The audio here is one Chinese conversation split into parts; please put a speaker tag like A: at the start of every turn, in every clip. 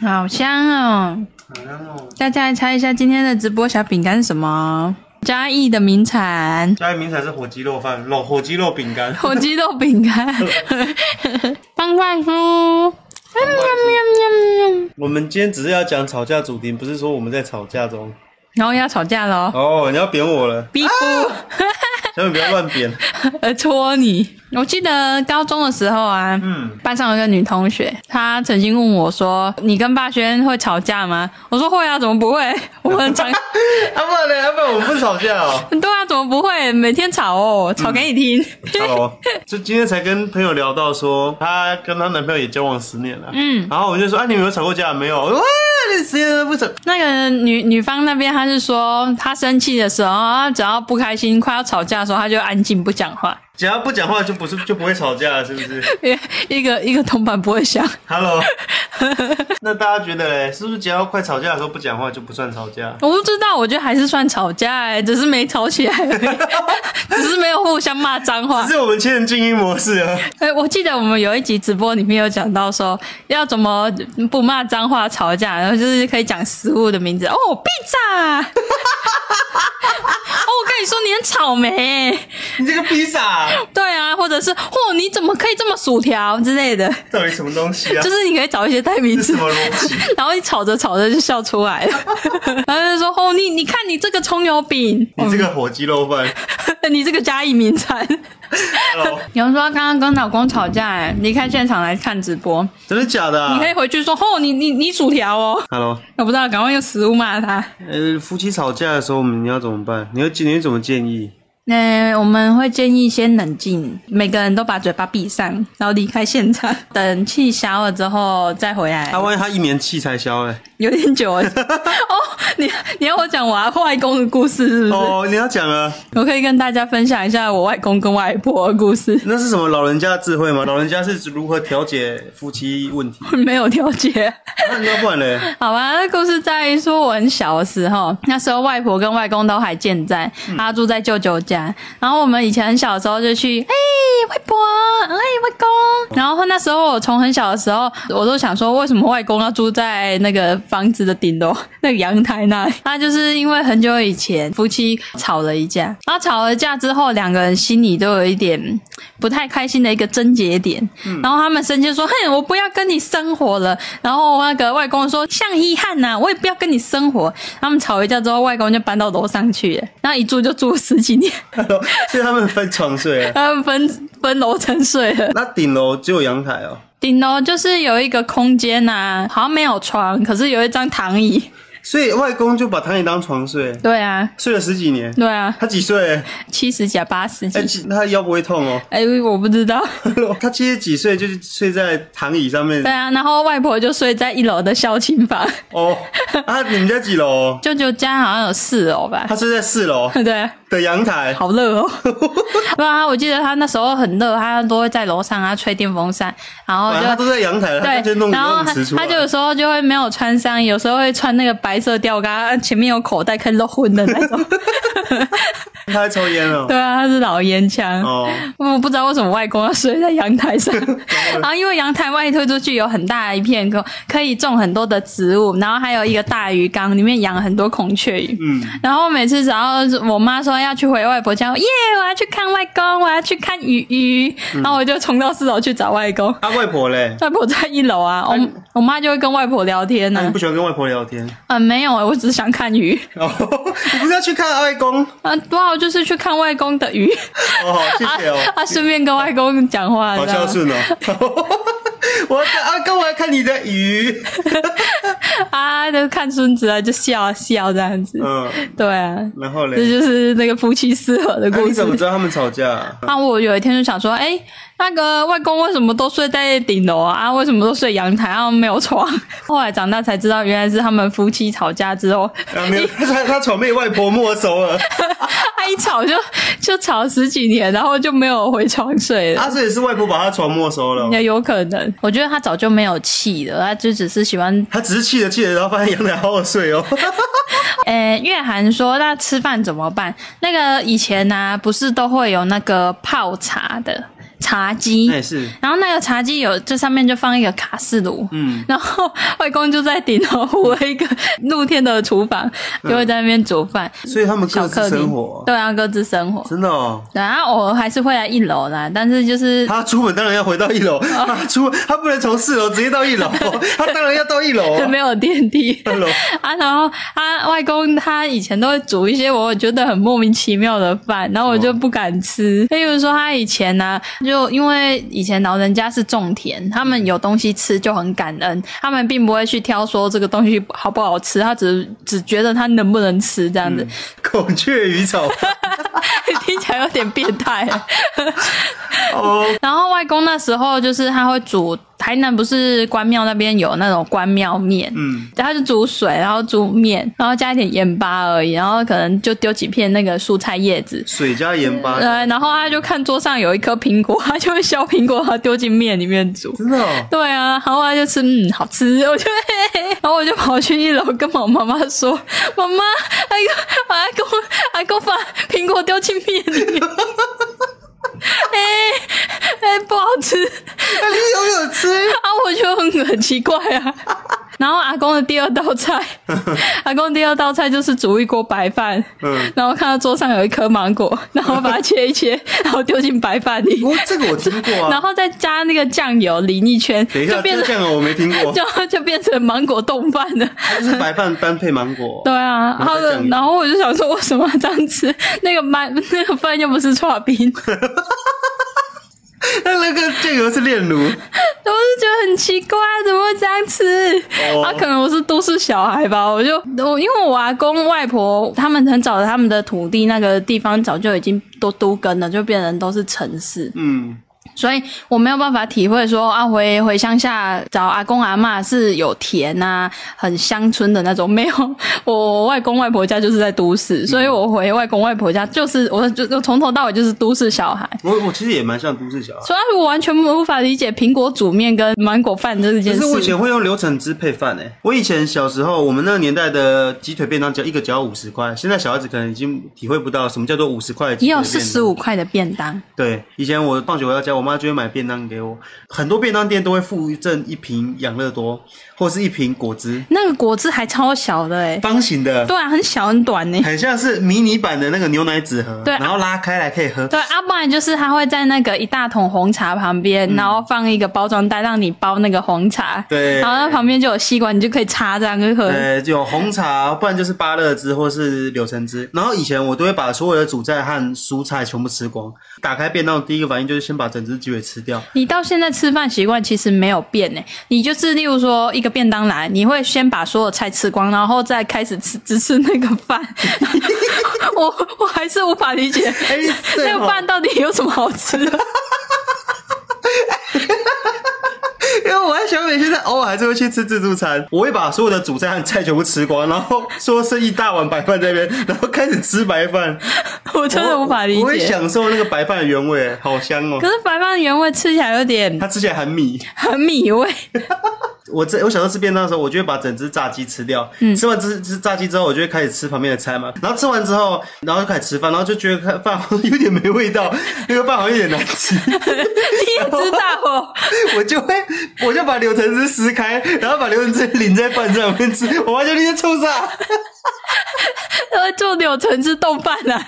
A: 好香哦！
B: 好香哦！
A: 大家来猜一下今天的直播小饼干是什么？嘉义的名 产
B: 嘉义名产是火鸡肉饭、肉火鸡肉饼干。
A: 火鸡肉饼干，方块酥。
B: 我们今天只是要讲吵架主题，不是说我们在吵架中。
A: 然后要吵架喽，
B: 哦，你要扁我了，
A: 逼不，
B: 小米不要乱扁。
A: 呃，戳你。我记得高中的时候啊，
B: 嗯，
A: 班上有一个女同学，她曾经问我说：“你跟霸轩会吵架吗？”我说：“会啊，怎么不会？我们 常
B: 阿爸呢？阿爸，我们啊不吵架 哦。
A: 对啊，怎么不会？每天吵哦，吵给你听。
B: Hello，就今天才跟朋友聊到说，她跟她男朋友也交往十年了。嗯，然后我就说，啊，你们有吵过架没有？哇，你十年都不吵。
A: 那个女女方那边，她是说她生气的时候，她只要不开心、快要吵架的时候，她就安静不讲话，
B: 只要不讲话就不是就不会吵架了，是不 是
A: 因为一个一个铜板不会响。
B: ？Hello，那大家觉得嘞，是不是只要快吵架的时候不讲话就不算吵 架？
A: 我不知道，我觉得还是算吵架、欸，只是没吵起来而已，只是没有互相骂脏话
B: 这。是我们千人静音模式啊。
A: 哎、我记得我们有一集直播里面有讲到说，要怎么不骂脏话吵架，然后就是可以讲食物的名字哦，披萨。哦，我跟你说，你很草莓。欸
B: 你这个披萨
A: 对啊，或者是嚯，你怎么可以这么薯条之类的，
B: 到底什么东西啊？
A: 就
B: 这
A: 是你可以找一些代名词
B: 是什。么逻辑？
A: 然后你吵着吵着就笑出 来了，然后就说：“哦，你你看你这个葱油饼，
B: 你这个火鸡肉饭
A: 你这个嘉义名产。
B: ，Hello，
A: 有人说刚刚跟老公吵架，哎，离开现场来看直播，
B: 真的假的、啊
A: 你可以回去说，哦，你你你薯条哦，
B: ？Hello，
A: 我不知道，赶快用食物骂他。
B: 呃，夫妻吵架的时候，我们要怎么办？你会你会怎么建议？
A: 那、我们会建议先冷静，每个人都把嘴巴闭上，然后离开现场，等气消了之后再回来
B: 他、。万一他一年气才消哎、
A: 有点久了哦，你你要我讲我外公的故事是不是？
B: 哦，你要讲了，
A: 我可以跟大家分享一下我外公跟外婆的故事。
B: 那是什么老人家的智慧吗？老人家是如何调解夫妻问题？
A: 没有调解，
B: 那要不然嘞？
A: 好吧，那故事在于说，我很小的时候，那时候外婆跟外公都还健在，他住在舅舅家。然后我们以前很小的时候就去，哎、外婆，哎、外公。然后那时候我从很小的时候，我都想说，为什么外公要住在那个房子的顶楼 那个阳台那里？那就是因为很久以前夫妻吵了一架，然后吵了架之后，两个人心里都有一点不太开心的一个症结点。然后他们生气说：“哼，我不要跟你生活了。”然后那个外公说：“像遗憾呐、我也不要跟你生活。”他们吵一架之后，外公就搬到楼上去了，然后一住就住十几年，
B: 所以他们分床睡了。
A: 他们分分楼层睡了。
B: 那顶楼只有阳台哦，
A: 顶楼就是有一个空间呐、好像没有床，可是有一张躺椅。
B: 所以外公就把躺椅当床睡，
A: 对啊，
B: 睡了十几年。
A: 对啊，
B: 他几岁？
A: 七十加八十
B: 哎、
A: 几，
B: 其他腰不会痛哦。
A: 哎、我不知道。
B: 他其实几岁就是睡在躺椅上面
A: 对啊，然后外婆就睡在一楼的孝亲房，
B: 哦。啊，你们家几楼？
A: 舅舅家好像有四楼吧？
B: 他睡在四楼
A: 对。啊
B: 的阳台。
A: 好热 哦！对啊，我记得他那时候很热，他都会在楼上啊吹电风扇，然后
B: 反啊正他
A: 就
B: 都在阳台了，他就
A: 对
B: 先弄，
A: 然后
B: 游泳
A: 他
B: 池出来。
A: 他就有时候就会没有穿上衣，有时候会穿那个白色吊嘎，前面有口袋可以露魂的那 种。
B: 他还抽烟哦。
A: 对啊，他是老烟枪。
B: 哦，
A: 我不知道为什么外公要睡在阳台 上，然后因为阳台外推出去有很大一片可可以种很多的植物，然后还有一个大鱼缸，里面养很多孔雀鱼。
B: 嗯，
A: 然后每次只要我妈说要去回外婆家，我耶，我要去看外公，我要去看鱼鱼，然后我就冲到四楼去找外公。
B: 他、外婆嘞？
A: 外婆在一楼啊，我
B: 嗯
A: 我妈就会跟外婆聊天呢、
B: 那
A: 啊
B: 你不。喜欢跟外婆聊天？
A: 嗯、没有、欸，我只是想看鱼。
B: 哦，你不是要去看外公？
A: 啊，对啊，我就是去看外公的鱼。
B: 哦，谢谢哦，
A: 啊，顺便跟外公讲话，
B: 好
A: 这样
B: 孝顺哦。 我要看啊，跟我要看你的鱼。
A: 啊，就看孙子啊，就笑啊笑这样子。
B: 嗯，
A: 对啊，
B: 然后
A: 这
B: 嘞，
A: 就是那个夫妻失和的
B: 那、
A: 故
B: 你
A: 事
B: 怎。么知道他们吵架、啊
A: 那、我有一天就想说，哎、那个外公为什么都睡在顶楼啊？啊，为什么都睡阳台啊？没有床。 后来长大才知道，原来是他们夫妻吵架之后，
B: 啊，没有，他他床被外婆没收了，
A: 他一吵就就吵十几年，然后就没有回床睡 了。
B: 啊，这也是外婆把他床没收了。
A: 也有可能，我觉得他早就没有气了，他就只是喜欢。
B: 他只是气着气着，然后发现阳台好好 睡哦。
A: 呃，月涵说，那啊吃饭怎么办？那个以前呢、不是都会有那个泡茶的，茶几，
B: 那也是，
A: 然后那个茶几有这上面就放一个卡式炉，
B: 嗯，
A: 然后外公就在顶楼糊了一个露天的厨房，就会在那边煮饭。
B: 所以他们嗯各
A: 小客
B: 自
A: 厅
B: 生活，
A: 对啊，各自生活。
B: 真的哦。
A: 对啊，偶尔还是会来一楼啦，但是就是
B: 他出门当然要回到一 楼，他出他不能从四楼直接到一楼，他当然要到一楼。啊
A: 没有电 梯
B: Hello，
A: 啊。然后他外公他以前都会煮一些我觉得很莫名其妙的饭，然后我就不敢吃。例如说他以前呢、就因为以前老人家是种田，他们有东西吃就很感恩，他们并不会去挑说这个东西好不好吃，他只只觉得他能不能吃这
B: 嗯
A: 样子。
B: 孔雀鱼草饭
A: 听起来有点变态。
B: 哦，
A: 然后外公那时候就是他会煮，台南不是关庙那边有那种关庙面，
B: 嗯，
A: 他就煮水，然后煮面，然后加一点盐巴而已，然后可能就丢几片那个蔬菜叶子。
B: 水加盐巴，
A: 呃，然后他就看桌上有一颗苹果，他就会削苹果，然后丢进面里面煮。
B: 真的哦。
A: 对啊，然后他就吃，嗯，好吃， 我就，然后我就跑去一楼跟我妈妈说，妈妈，阿公阿公阿公把苹果丢进面里面，哎哎、不好吃啊，
B: 那哎你有没 有吃？
A: 我觉得很很奇怪啊。然后阿公的第二道 菜，阿公的第二道菜就是煮一锅白饭，
B: 嗯，
A: 然后看到桌上有一颗芒果，然后把它切一切，然后丢进白饭里，
B: 我这个我听过
A: 然
B: 啊。
A: 后再加那个酱油淋一圈，
B: 等一
A: 就
B: 下，
A: 变
B: 这
A: 成
B: 这样我没听 过，
A: 就 就变成芒果冻饭了。
B: 它就是白饭般配芒 果。
A: 对啊，然
B: 然后
A: 后
B: 再酱油
A: 然后我就想说，为什么要这样吃？那个麦那个饭又不是刨冰，我
B: 那那个酱油是炼乳，
A: 就觉得很奇怪，怎么会这样吃？
B: 哦
A: 啊，可能我是都市小孩吧，我就我因为我阿公外婆他们很早，他们的土地那个地方早就已经都都耕了，就变成都是城市。
B: 嗯，
A: 所以我没有办法体会说啊，回回乡下找阿公阿嬷是有田啊，很乡村的那种。没有，我我外公外婆家就是在都
B: 嗯
A: 市，所以我回外公外婆家就是我就就从头到尾就是都市小孩。
B: 我我其实也蛮像都市小孩，
A: 所以我完全无法理解苹果煮面跟芒果饭这件
B: 可
A: 事。
B: 是我以前会用流程汁配饭诶、我以前小时候，我们那个年代的鸡腿便当只要一个只要五十块，现在小孩子可能已经体会不到什么叫做五十块的鸡腿
A: 也有
B: 便
A: 四
B: 当
A: 十五。块的便当，
B: 对，以前我放学回到家，我妈就会买便当给我，很多便当店都会附赠一瓶养乐多或是一瓶果汁，
A: 那个果汁还超小的哎、
B: 方形的，
A: 对啊，很小很短呢、
B: 很像是迷你版的那个牛奶纸盒，
A: 对
B: 然后拉开来可以喝。
A: 对，要、不然就是他会在那个一大桶红茶旁边，
B: 嗯
A: 然后放一个包装袋让你包那个红茶，
B: 对
A: 然后那旁边就有吸管，你就可以插这样就喝。
B: 呃，有红茶，不然就是芭乐汁或是柳橙汁。然后以前我都会把所有的主菜和蔬菜全部吃光，打开便当第一个反应就是先把整只鸡腿吃掉。
A: 你到现在吃饭习惯其实没有变呢，欸你就是例如说一个便当来，你会先把所有菜吃光，然后再开始吃只吃那个 饭。我我还是无法理解
B: 哎、对
A: 那个
B: 哦
A: 饭到底有什么好吃的。
B: 因为我和小美现在偶尔还是会去吃自助餐，我会把所有的主菜和菜全部吃光，然后说剩一大碗白饭在那边，然后开始吃白饭，
A: 我真的无法理
B: 我会
A: 解。
B: 享受那个白饭的原味，好香哦
A: 可。是白饭原味吃起来有点
B: 它吃起来很米。
A: 很米味，
B: 我这我小时候吃便当的时候，我就会把整只炸鸡吃掉。吃完这只炸鸡之后，我就会开始吃旁边的菜嘛。然后吃完之后，然后就开始吃饭，然后就觉得饭好像有点没味道，那个饭好像有点难吃，
A: 你也知道哦。
B: 我就会我就把柳橙汁撕开，然后把柳橙汁淋在饭上面吃。我妈就那些臭炸。
A: 呃，做柳橙汁冻饭 啊，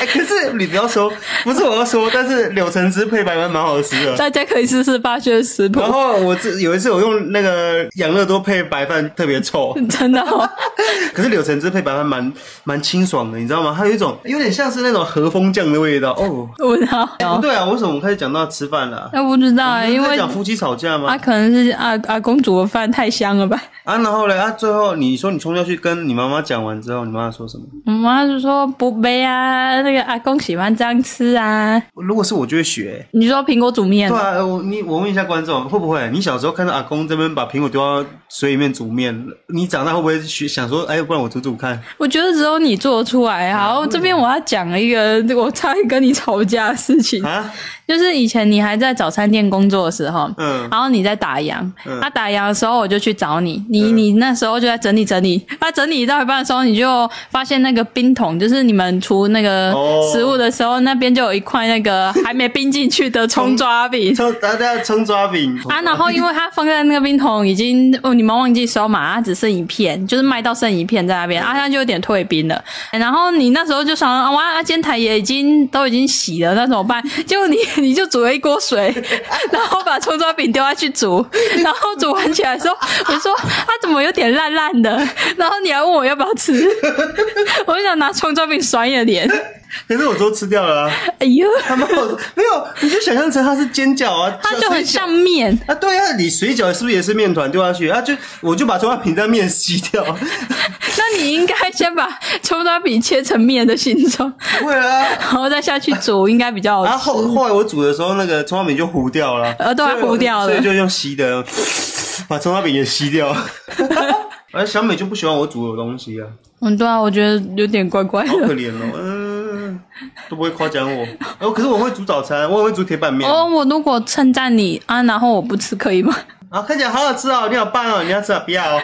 B: 哎、可是你不要说，不是我要说，但是柳橙汁配白饭蛮好吃 的。
A: 大家可以试试八轩食谱
B: 然，后我这有一次我用那个养乐多配白饭特别臭，
A: 真的哦。
B: 可是柳橙汁配白饭蛮蛮清爽的，你知道吗？它有一种有点像是那种和风酱的味道哦。
A: 我 操！
B: 不对啊，为什么我们开始讲到吃饭了？
A: 那不知道啊，因
B: 在
A: 为
B: 讲夫妻吵架吗
A: 啊，？可能是阿阿公煮的饭太香了吧。
B: 啊，然后嘞啊，最后你说你冲下去跟你妈妈讲完之后，你妈妈说什么？
A: 我妈就说不背啊，那个阿公喜欢这样吃啊。
B: 如果是我就会学、
A: 你说苹果煮面
B: 对，啊，我你我问一下观众，会不会你小时候看到阿公这边把苹果丢到水里面煮面，你长大会不会学想说，哎，不然我煮煮看？
A: 我觉得只有你做得出来。啊好，这边我要讲一个我差点跟你吵架的事情，
B: 啊，
A: 就是以前你还在早餐店工作的时候，
B: 嗯，
A: 然后你在打烊，
B: 嗯
A: 他、打烊的时候我就去找你，你、你那时候就在整理整理，他、整理骑到一半的时候，你就发现那个冰桶，就是你们除那个
B: 哦
A: 食物的时候，那边就有一块那个还没冰进去的葱抓饼。
B: 葱，大家葱抓饼
A: 啊，然后因为它放在那个冰桶已经哦，你们忘记收嘛，它只剩一片，就是卖到剩一片在那边，啊，它就有点退冰了。然后你那时候就想，啊哇，啊煎台也已经都已经洗了，那怎么办？结果你你就煮了一锅水，然后把葱抓饼丢下去煮， 然后煮完起来的时候，我说它怎么有点烂烂的？然后你还问我要不要吃， 我就想拿葱抓饼甩你的脸，
B: 可是我都吃掉了、啊，
A: 哎呦，
B: 他们没有，你就想象成它是煎 饺啊，
A: 它就
B: 水
A: 很
B: 饺
A: 像面。
B: 啊，对啊，你水饺是不是也是面团丢下去啊？就我就把葱花饼当面吸掉，
A: 那你应该先把葱抓饼切成面的形状，
B: 不会啊。
A: 然后再下去煮，应该比较好吃。
B: 然后后后来我煮的时候，那个葱花饼就糊掉了，
A: 呃对啊
B: 所以我
A: 糊掉了
B: 所以就用吸的， 把葱花饼也吸掉。 而小美就不喜欢我煮的东西啊，
A: 嗯，对啊，我觉得有点怪怪
B: 好可
A: 的。
B: 怜 哦，嗯，都不会夸奖我。哦，可是我会煮早餐，我也会煮铁板面
A: 哦，我如果称赞你啊，然后我不吃可以吗？
B: 啊，看起来好好吃哦，你好棒哦，你要吃啊？不要哦。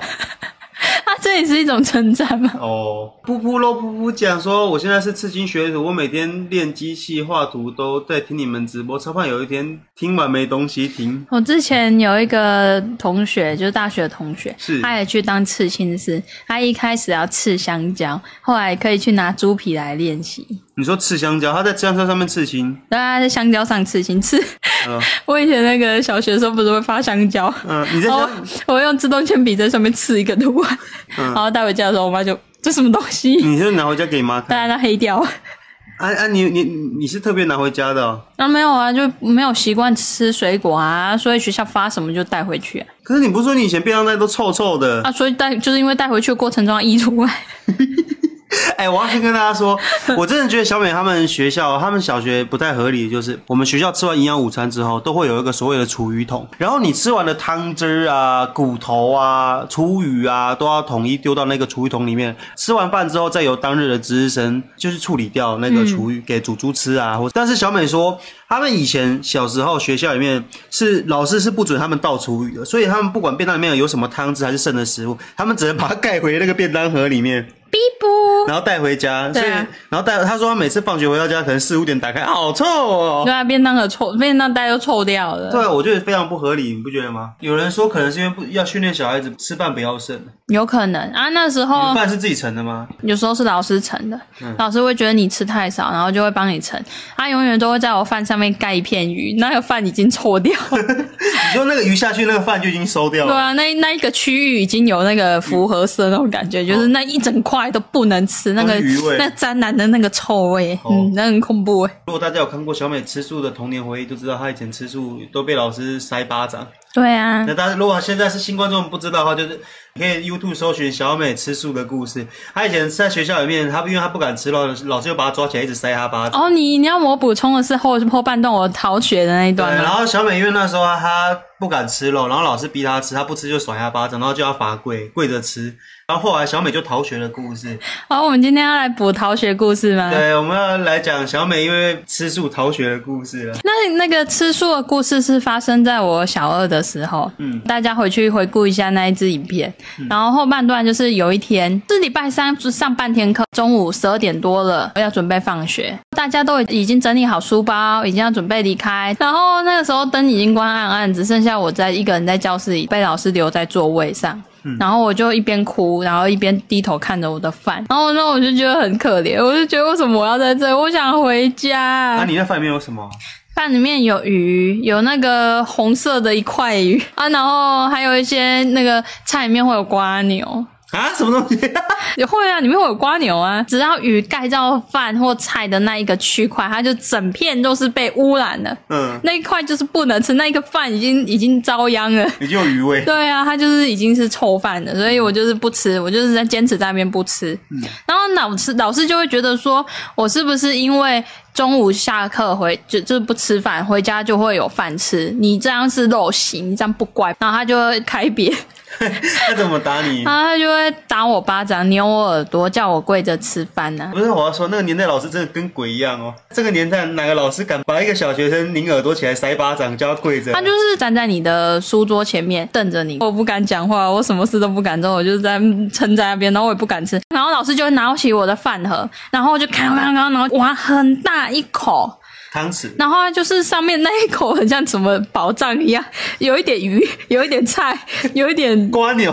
A: 啊，这也是一种称赞吗？
B: 哦，噗噗喽噗噗讲说，我现在是刺青学徒，我每天练机器画图都在听你们直播，超怕有一天听完没东西听。
A: 我之前有一个同学，就是大学同学
B: 是，
A: 他也去当刺青师。他一开始要刺香蕉，后来可以去拿猪皮来练习。
B: 你说刺香蕉，他在香蕉上面刺青，
A: 对啊，他在香蕉上刺青，刺。
B: 嗯、
A: 我以前那个小学的时候不是会发香蕉，
B: 嗯、你在
A: 然后
B: 香，
A: 我用自动铅笔在上面刺一个图案，
B: 嗯
A: 然后带回家的时候，我妈就这什么东西，
B: 你就拿回家给你妈
A: 当
B: 看。
A: 然它黑掉。
B: 啊啊，你你你是特别拿回家的、哦，
A: 那、啊、没有啊，就没有习惯吃水果啊，所以学校发什么就带回去啊。
B: 可是你不是说你以前便当袋都臭臭的？
A: 啊所以带就是因为带回去的过程中要移出来，
B: 哎、我要先跟大家说，我真的觉得小美他们学校，他们小学不太合理，就是我们学校吃完营养午餐之后，都会有一个所谓的厨余桶，然后你吃完的汤汁啊、骨头啊、厨余啊，都要统一丢到那个厨余桶里面。吃完饭之后，再由当日的值日生就是处理掉那个厨余，给煮猪吃啊。或但是小美说，他们以前小时候学校里面是老师是不准他们倒厨余的，所以他们不管便当里面有什么汤汁还是剩的食物，他们只能把它盖回那个便当盒里面。
A: 逼不？
B: 然后带回家，所
A: 对
B: 以
A: 啊
B: 然后带他说他每次放学回到家，可能四五点打开，好臭哦。
A: 对啊，便当盒臭，便当袋都臭掉了。
B: 对，啊我觉得非常不合理，你不觉得吗？有人说可能是因为不要训练小孩子吃饭不要剩，你
A: 有可能啊，那时
B: 们
A: 候
B: 饭是自己盛的吗？
A: 有时候是老师盛的，
B: 嗯
A: 老师会觉得你吃太少，然后就会帮你盛。他永远都会在我饭上面盖一片鱼，那个饭已经臭掉了。
B: 你说那个鱼下去，那个饭就已经馊 掉
A: 对
B: 了。
A: 啊，那那一个区域已经有那个符合色那种感觉，就是那一整块都不能吃，那个
B: 鱼味
A: 那沾染的那个臭味，
B: 哦
A: 嗯，那很恐怖哎。
B: 如果大家有看过小美吃素的童年回忆，就知道她以前吃素都被老师塞巴掌。
A: 对啊，
B: 那大家如果现在是新观众不知道的话，就是你可以 YouTube 搜寻小美吃素的故事。她以前在学校里面，她因为她不敢吃肉，老师就把她抓起来一直塞她巴掌。
A: 哦，你你要我补充的是后后半段我逃学的那一段
B: 对，然啊
A: 吗？
B: 后小美因为那时候啊她不敢吃肉，然后老师逼她吃，她不吃就甩她巴掌，然后就要罚跪，跪着吃。然后后来小美就逃学的故事。
A: 哦好，我们今天要来补逃学故事吗？
B: 对，我们要来讲小美因为吃素逃学的故事了。
A: 那那个吃素的故事是发生在我小二的时候，
B: 嗯
A: 大家回去回顾一下那一支影片。然后后半段就是有一天是礼拜三是上半天课，中午十二点多了，要准备放学，大家都已经整理好书包，已经要准备离开。然后那个时候灯已经关暗暗，只剩下我在一个人在教室里被老师留在座位上。
B: 嗯
A: 然后我就一边哭，然后一边低头看着我的饭，然后那我就觉得很可怜，我就觉得为什么我要在这？我想回家。
B: 那、啊你那饭里面有什么？
A: 饭里面有鱼，有那个红色的一块鱼 啊，然后还有一些那个菜里面会有瓜牛，
B: 啊，什么东西？
A: 也会啊，里面会有瓜牛啊。只要鱼盖到饭或菜的那一个区块，它就整片都是被污染了，
B: 嗯，
A: 那一块就是不能吃，那一个饭已经已经遭殃了。
B: 已经有余味。
A: 对啊，它就是已经是臭饭了，所以我就是不吃，我就是在坚持在那边不吃。然后老师老师就会觉得说，我是不是因为中午下课回就就是不吃饭，回家就会有饭吃？你这样是陋习，你这样不乖。然后他就会开扁，
B: 他怎么打你？
A: 然后他就会打我巴掌，扭我耳朵，叫我跪着吃饭啊呢、
B: 不是，我要说那个年代老师真的跟鬼一样哦。这个年代哪个老师敢把一个小学生拧耳朵起来塞巴掌，叫他跪着？
A: 他就是站在你的书桌前面瞪着你，我不敢讲话，我什么事都不敢做，我就是在撑在那边，然后我也不敢吃。然后老师就会拿起我的饭盒，然后我就咔咔咔，然后挖很大一口，
B: 汤匙，
A: 然后就是上面那一口很像什么宝藏一样，有一点鱼，有一点菜，有一点
B: 瓜牛，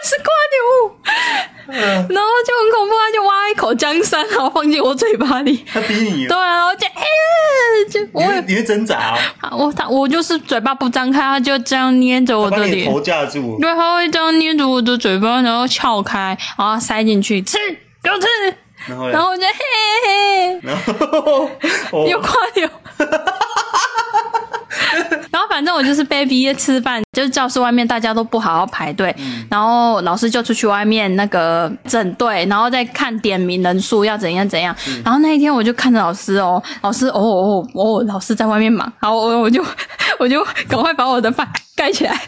A: 吃瓜牛，然后就很恐怖，他就挖一口江山，然后放进我嘴巴里。
B: 他逼你
A: 对
B: 哦，
A: 啊，然后就 哎、就我
B: 你会
A: 也
B: 你会挣扎哦，
A: 我他我就是嘴巴不张开，他就这样捏着我
B: 他把
A: 的
B: 你的
A: 脸，
B: 头架住，哦
A: 对，他会这样捏着我的嘴巴，然后撬开，然后塞进去吃，给我吃，
B: 然后嘞
A: 然后我就嘿嘿嘿，
B: 然后哦
A: 有瓜牛。然后反正我就是被逼着吃饭，就是教室外面大家都不好好排队，然后老师就出去外面那个整队，然后再看点名人数要怎样怎样。然后那一天我就看着老师哦，老师哦哦哦，老师在外面忙，然后我我就 我就赶快把我的饭盖起来，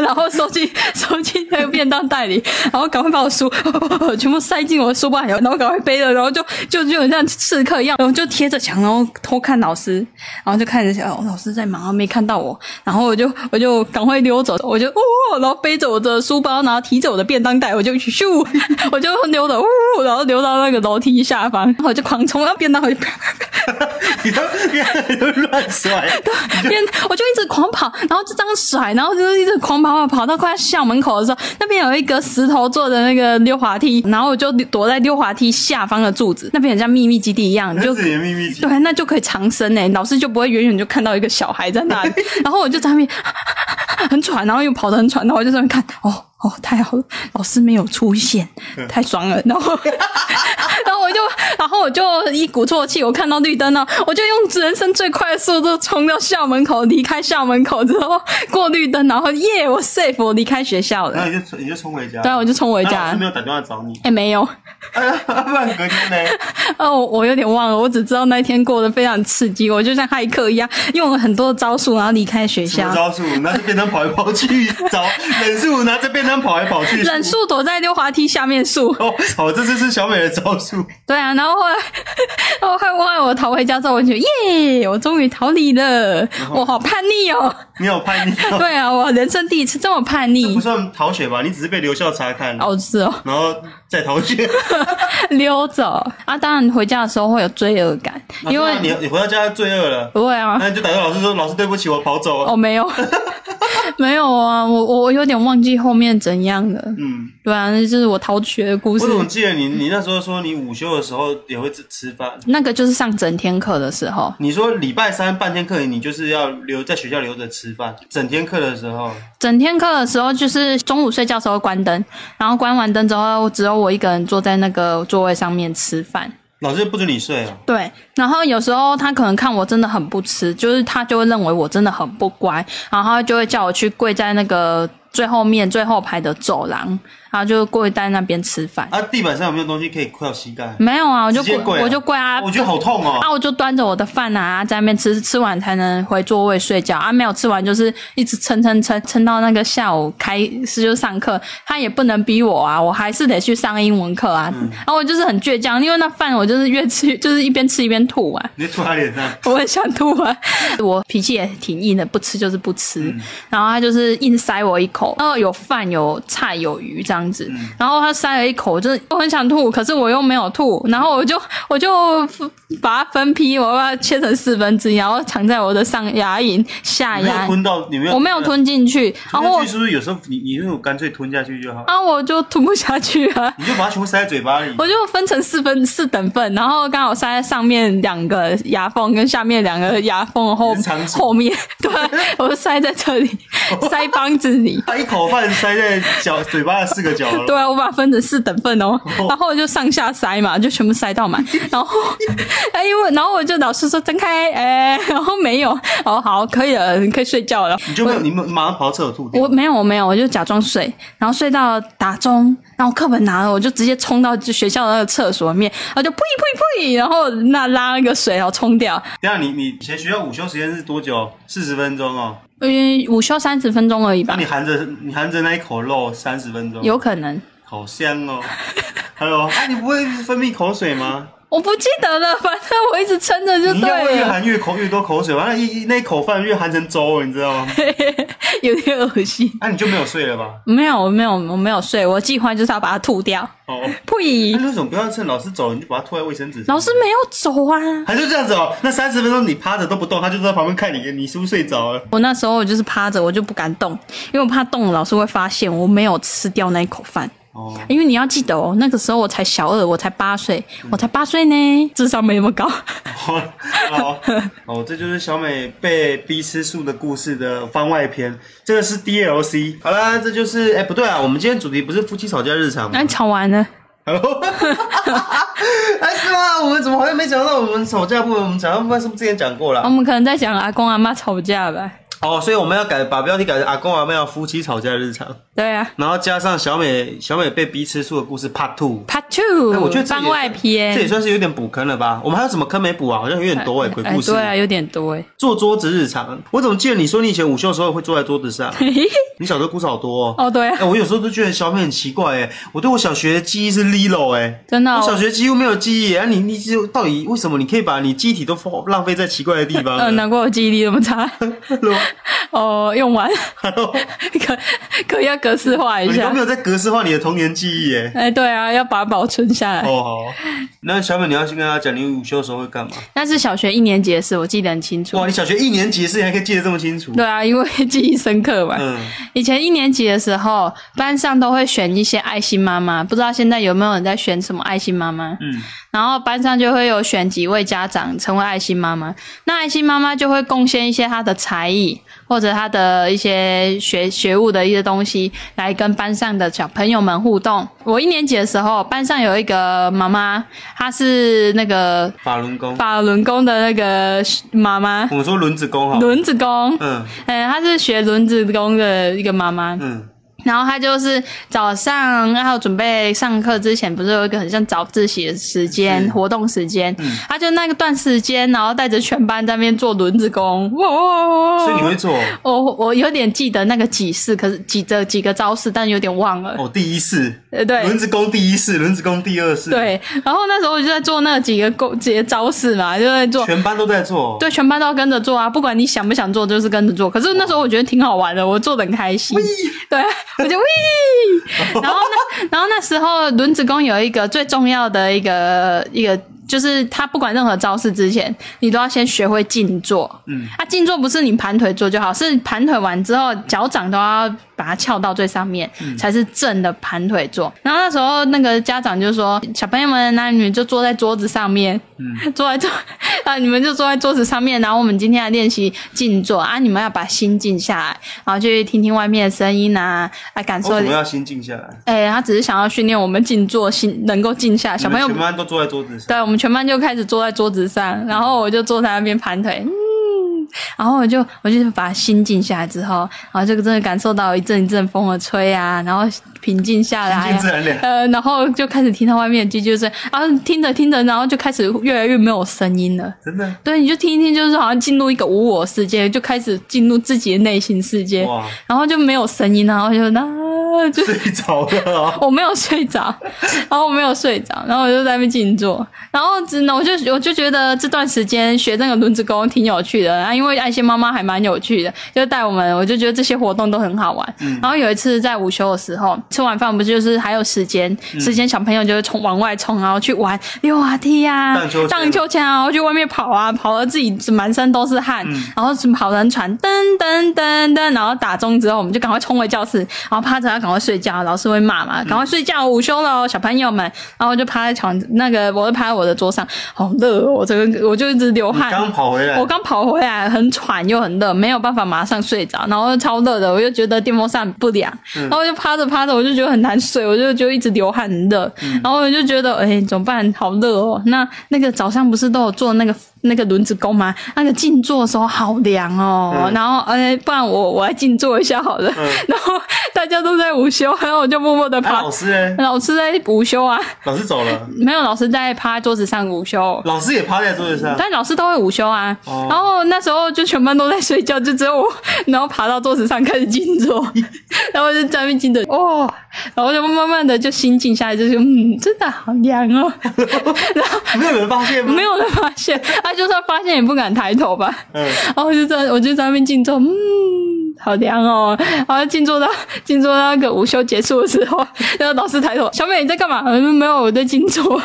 A: 然后收进收进那个便当袋里，然后赶快把我书 全部塞进我的书包里，然后赶快背着，然后就就就很像刺客一样，然后就贴着墙，然后偷看老师，然后就看着想，哦，老师在忙，然后没看到我，然后我就我就赶快溜走，我就呜、然后背着我的书包，然后提着我的便当袋，我就咻， 我就溜的呜、然后溜到那个楼梯下方，然后我就狂冲，然后便当盒就啪啪啪
B: 你都你都乱哎甩，
A: 边我就一直狂跑，然后就这样甩，然后就是一直狂跑跑跑到快要校门口的时候，那边有一个石头做的那个溜滑梯，然后我就躲在溜滑梯下方的柱子，那边很像秘密基地一样，
B: 这
A: 就是
B: 你的秘密基地。
A: 对，那就可以藏身哎、老师就不会远远就看到一个小孩在 那里，然后我就在那边 很喘，然后又跑得很喘，然后我就在那边看，哦哦，太好了，老师没有出现，
B: 嗯
A: 太爽了，然后 然后我就然后我就一鼓作气，我看到绿灯了，我就用人生最快的速度冲到校门口，离开校门口之后过绿灯，然后耶，我 safe，我离开学校
B: 然
A: 了，
B: 后你就你就冲回家，
A: 对，啊我就冲回
B: 哎那老
A: 家
B: 师
A: 了
B: 没。有打电话找你，
A: 哎、没有，
B: 哎呀，不然隔天呢？
A: 哦，我有点忘了，我只知道那一天过得非常刺激，我就像骇客一样，用了很多招数，然后离开学
B: 什么
A: 校。
B: 招数？拿着便当跑来跑去，找 忍术，拿着便当跑来跑去，
A: 忍术躲在溜滑梯下面树，
B: 哦，好，这次是小美的招数。
A: 对啊，然后后来， 然后后来我我逃回家之后，我觉得耶，我终于逃离了，我好叛逆哦，
B: 你有叛逆哦，
A: 对啊，我人生第一次这么叛
B: 这不
A: 逆，
B: 算逃学吧？你只是被留校察看，
A: 哦是哦，
B: 然后再逃学。
A: 溜走啊，当然回家的时候会有罪恶感，因
B: 老师
A: 为
B: 你你回到家罪恶了，
A: 不会啊，
B: 那你就打给老师说：“老师，对不起，我跑走了。
A: 哦 没有，没有啊，我我我有点忘记后面怎样了，”
B: 嗯，
A: 对啊，那就是我逃学的故
B: 我
A: 事
B: 怎。么记得你你那时候说你午休的时候也会吃吃饭？
A: 那个就是上整天课的时候，
B: 你说礼拜三半天课你就是要留在学校留着吃饭，整天课的时候，
A: 整天课的时候就是中午睡觉时候关灯，然后关完灯之后，只有我一个人坐在那个座位上面吃饭。
B: 老师不准你睡哦。
A: 对，然后有时候他可能看我真的很不吃，就是他就会认为我真的很不乖，然后他就会叫我去跪在那个最后面最后排的走廊，然后就跪在那边吃饭。
B: 啊，地板上有没有东西可以跪到膝盖？
A: 没有啊，我就
B: 直接跪啊
A: 我就跪啊，
B: 我觉得好痛哦。
A: 啊，我就端着我的饭啊，在那边吃，吃完才能回座位睡觉啊。没有吃完就是一直撑撑撑撑到那个下午开始就上课，他也不能逼我啊，我还是得去上英文课啊。然后我就是很倔强，因为那饭我就是越吃就是一边吃一边吐啊。
B: 你就吐他脸上，
A: 我很想吐啊！我脾气也挺硬的，不吃就是不吃。
B: 嗯
A: 然后他就是硬塞我一口，然后有饭有菜有鱼这样子。
B: 嗯
A: 然后他塞了一口，就是我很想吐，可是我又没有吐。然后我就我就把它分批，我把它切成四分之一，然后藏在我的上牙龈、下
B: 你没有
A: 牙，
B: 吞到，你没有，
A: 哎我没有，吞进去。然
B: 吞
A: 后
B: 下
A: 我
B: 去是不是有时候你你就干脆吞下去就好，
A: 然后我就吞不下去啊。
B: 你就把它全部塞在嘴巴里。
A: 我就分成四分四等份，然后刚好塞在上面两个牙缝跟下面两个牙缝后
B: 你是仓鼠
A: 后面，对我就塞在这里，塞帮子里。
B: 把一口饭塞在脚嘴巴的四个角了。
A: 对啊，我把它分成四等份哦，然后我就上下塞嘛，就全部塞到满。然后，哎，因为然后我就老师说睁开，哎，然后没有，哦，好，可以了，你可以睡觉了。
B: 你就没有，你们马上跑到厕所吐掉。
A: 我没有，我没有，我就假装睡，然后睡到打钟，然后课本拿了，我就直接冲到学校的那个厕所里面，然后就噗噗噗，然后那拉那个水，然后冲掉。
B: 等一下你你以前学校午休时间是多久？四十分钟哦。
A: 因为呃午休三十分钟而已
B: 那
A: 吧
B: 你，含着你含着那一口肉三十分钟，
A: 有可能。
B: 好香哦。Hello，哎、你不会分泌口水吗？
A: 我不记得了，反正我一直撑着就
B: 你应该会
A: 对
B: 越
A: 了，
B: 含越口越多口水吧，那一一那一口饭越含成粥了，你知道吗？
A: 有点恶心。
B: 那、你就没有睡了吧？
A: 没有，我没有，我没有睡，我计划就是要把它吐掉。
B: 哦，
A: 呸
B: 那！为什么不要趁老师走，你就把它吐在卫生纸上？
A: 老师没有走啊。
B: 还就这样子哦，那三十分钟你趴着都不动，他就在旁边看你，你是不是睡着了？
A: 我那时候我就是趴着，我就不敢动，因为我怕动了老师会发现我没有吃掉那一口饭。
B: 哦，
A: 因为你要记得哦，那个时候我才小二，我才八岁，
B: 嗯
A: 我才八岁呢，智商没那么高。
B: 好，好，哦，这就是小美被逼吃素的故事的番外篇，这个是 DLC。好啦，这就是，哎、不对啊，我们今天主题不是夫妻吵架日常吗
A: 那吵完了，
B: ？Hello，哎，是吗？我们怎么好像没讲到我们吵架部分？我们吵架部分是不是之前讲过
A: 我
B: 了？
A: 们可能在讲阿公阿妈吵架吧。
B: 哦，所以我们要改，把标题改成阿公阿妹要夫妻吵架日常，
A: 对啊
B: 然后加上小美小美被逼吃素的故事 Part Two。
A: ，Part Two，、
B: 哎我觉得这也
A: 嗯番外篇，
B: 这也算是有点补坑了吧？我们还有什么坑没补啊？好像有点多哎、鬼故事。
A: 哎对啊，有点多哎。
B: 坐桌子日常，我怎么记得你说你以前午休的时候会坐在桌子上？你小时候故事好多哦。
A: 哦，对
B: 哎、
A: 啊，
B: 我有时候都觉得小美很奇怪哎，我对我小学的记忆是 Lilo 哎，
A: 真的、
B: 我小
A: 哦。
B: 学几乎没有记忆哎，啊你你就到底为什么你可以把你机体都浪费在奇怪的地方
A: 呃，
B: 呢？
A: 难怪我记忆力那么 差。 哦，用完
B: Hello，
A: 可可要格式化一
B: 你都
A: 下
B: 没。有在格式化你的童年记忆 哎。
A: 哎，对啊，要把它保存下来。
B: 哦好，那小美你要先跟她讲你午休的时候会干嘛？
A: 那是小学一年级的事，我记得很清楚。
B: 哇，你小学一年级的事情还可以记得这么清楚？
A: 对啊，因为记忆深刻嘛。
B: 嗯，
A: 以前一年级的时候，班上都会选一些爱心妈妈，不知道现在有没有人在选什么爱心妈妈？
B: 嗯，
A: 然后班上就会有选几位家长成为爱心妈妈，那爱心妈妈就会贡献一些她的才艺或者她的一些学学务的一些东西来跟班上的小朋友们互动。我一年级的时候，班上有一个妈妈，她是那个
B: 法轮功，
A: 法轮功的那个妈妈，
B: 我们说轮子功哈。
A: 轮子功。
B: 哦嗯
A: 嗯，她是学轮子功的一个妈妈，
B: 嗯，
A: 然后她就是早上然后准备上课之前，不是有一个很像早自习的时间
B: 是嗯
A: 活动时间，她就那个段时间，然后带着全班在那边做轮子功，哇
B: 所以你会做哦
A: 我我有点记得那个几式，可是几的几个招式，但有点忘了。
B: 哦，第一式，
A: 呃，对，
B: 轮子功第一式，轮子功第二式，，
A: 对。然后那时候我就在做那几个勾几个招式嘛，就在做，
B: 全班都在做。，
A: 对，全班都要跟着做啊，不管你想不想做，就是跟着做。可是那时候我觉得挺好玩的，我做的很开心。对，我就喂。然后那然后那时候轮子功有一个最重要的一个一个。就是他不管任何招式之前，你都要先学会静坐。
B: 嗯，
A: 啊，静坐不是你盘腿坐就好，是盘腿完之后脚掌都要把它翘到最上面，
B: 嗯
A: 才是正的盘腿坐。然后那时候那个家长就说：“小朋友们，那你们就坐在桌子上面，
B: 嗯
A: 坐在桌 啊，你们就坐在桌子上面，然后我们今天来练习静坐啊，你们要把心静下来，然后去听听外面的声音啊，来感受
B: 哦为什。么要先静下来？
A: 哎、他只是想要训练我们静坐心，能够静下。小朋友
B: 你们全班都坐在桌子上。
A: 对，我们全班就开始坐在桌子上，然后我就坐在那边盘腿，嗯，然后我就我就把心静下来之后，然后就真的感受到一阵一阵风的吹啊，然后平静下来、
B: 平静自
A: 啊
B: 然凉。
A: 呃，然后就开始听到外面的啾啾声，然后听着听着，然后就开始越来越没有声音了。
B: 真的
A: 对，你就听一听，就是好像进入一个无我世界，就开始进入自己的内心世界，
B: 哇，
A: 然后就没有声音，然后就那、就
B: 睡着了哦、
A: 我没有睡着，然后我没有睡着，然后我就在那边静坐，然后只能我就我就觉得这段时间学那个轮子功挺有趣的，啊，因为爱心妈妈还蛮有趣的，就带我们，我就觉得这些活动都很好玩。
B: 嗯
A: 然后有一次在午休的时候，吃完饭不就是还有时间，
B: 嗯
A: 时间小朋友就会冲往外冲，然后去玩溜滑梯啊
B: 荡秋千、
A: 荡秋千啊，然后去外面跑啊，跑得自己满身都是汗，
B: 嗯
A: 然后跑人喘，噔噔噔噔，然后打钟之后，我们就赶快冲回教室，然后趴着啊要赶快睡觉，老师会骂
B: 嗯
A: 嘛，赶快睡觉，午休了哦，小朋友们，然后我就趴在床，那个我就趴在我的桌上，好热哦，我这个我就一直流
B: 你
A: 汗，
B: 刚跑回来
A: 我，刚跑回来，很喘又很热，没有办法马上睡着，然后又超热的，我又觉得电风扇不凉，
B: 嗯
A: 然后就趴着趴着，我就觉得很难睡，我就就一直流汗
B: 嗯
A: 很热，然后我就觉得哎、怎么办？好热哦。那那个早上不是都有做那个那个轮子弓嘛，那个静坐的时候好凉哦。
B: 嗯
A: 然后，哎，不然我我来静坐一下好了。
B: 嗯
A: 然后大家都在午休，然后我就默默的
B: 啊，
A: 爬。
B: 老师呢？
A: 老师在午休啊，
B: 老师走了，
A: 没有老师在趴在桌子上午休。
B: 老师也趴在桌子上。
A: 但老师都会午休啊，
B: 哦
A: 然后那时候就全班都在睡觉，就只有我， 然后爬到桌子上开始静坐，然后就在那边静坐，哦，然后就慢慢的就心静下来，就是嗯，真的好凉哦，然后
B: 没有人发现吗？
A: 没有人发现，他就算发现也不敢抬头吧，
B: 嗯，
A: 然后就在我就在那边静坐，嗯，好凉哦。然后静坐到静坐到那个午休结束的时候，然后老师抬头，小美你在干嘛？嗯，没有，我在静坐。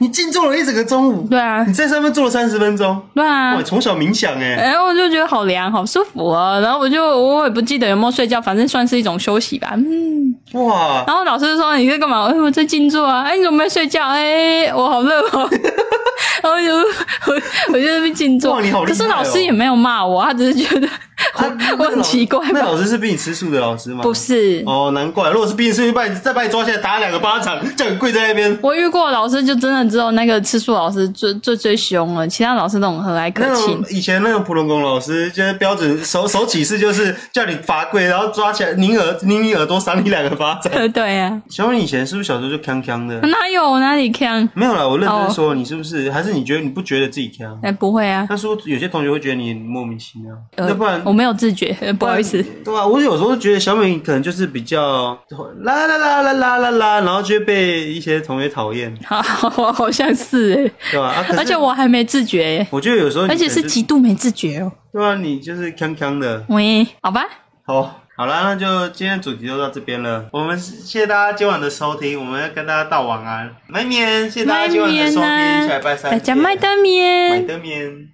B: 你静坐了一整个中午，
A: 对啊
B: 你，在上面坐了三十分钟，
A: 对啊
B: 哇，。从小冥想哎，
A: 然后我就觉得好凉，好舒服哦。然后我就我也不记得有没有睡觉，反正算是一种休息吧。嗯。
B: 哇，
A: 然后老师就说你在干嘛？哎，我在静坐啊。哎，你怎么没睡觉？哎，我好热哦。 然后我就我我就在那边静坐。
B: 哇你好厉害哦
A: 可是老师也没有骂我，他只是觉得我、
B: 啊那
A: 我很
B: 老
A: 奇怪
B: 那
A: 吧？
B: 老师是逼你吃素的老师吗？
A: 不。是，
B: 哦，难怪，如果是逼你吃素，把你再把你抓起来打两个巴掌，叫你跪在那边。
A: 我遇过的老师就真的只有那个吃素老师最最最凶了，其他老师都很和蔼可
B: 那
A: 亲
B: 种。以前那个普龙宫老师，就是标准手手几式，就是叫你罚跪，然后抓起来拧耳拧你耳朵，赏你两个巴掌。
A: 对呀、
B: 小美，你以前是不是小时候就锵锵的
A: 啊，？哪有哪里强？
B: 没有啦，我认真
A: 哦
B: 说，你是不是？还是你觉得你不觉得自己锵？
A: 哎、不会啊，
B: 但是有些同学会觉得你莫名其妙，
A: 呃
B: 要不然
A: 我没有自觉，呃不好意思。
B: 对啊，我有时候觉得小美可能就是比较啦啦啦啦啦啦啦，然后就会被一些同学讨厌，
A: 好，我好像是哎、
B: 对吧、啊，可是
A: 而且我还没自觉、欸，
B: 我觉得有时候你
A: 而且是
B: 可能就
A: 极度没自觉哦、
B: 对啊，你就是锵锵的。
A: 喂，好吧，
B: 好，好啦，那就今天的主题就到这边了。我们谢谢大家今晚的收听，我们要跟大家道晚安，麦面，谢谢大家今晚的收听，下礼拜
A: 啊大
B: 三见
A: 家麦当面
B: 麦。德面。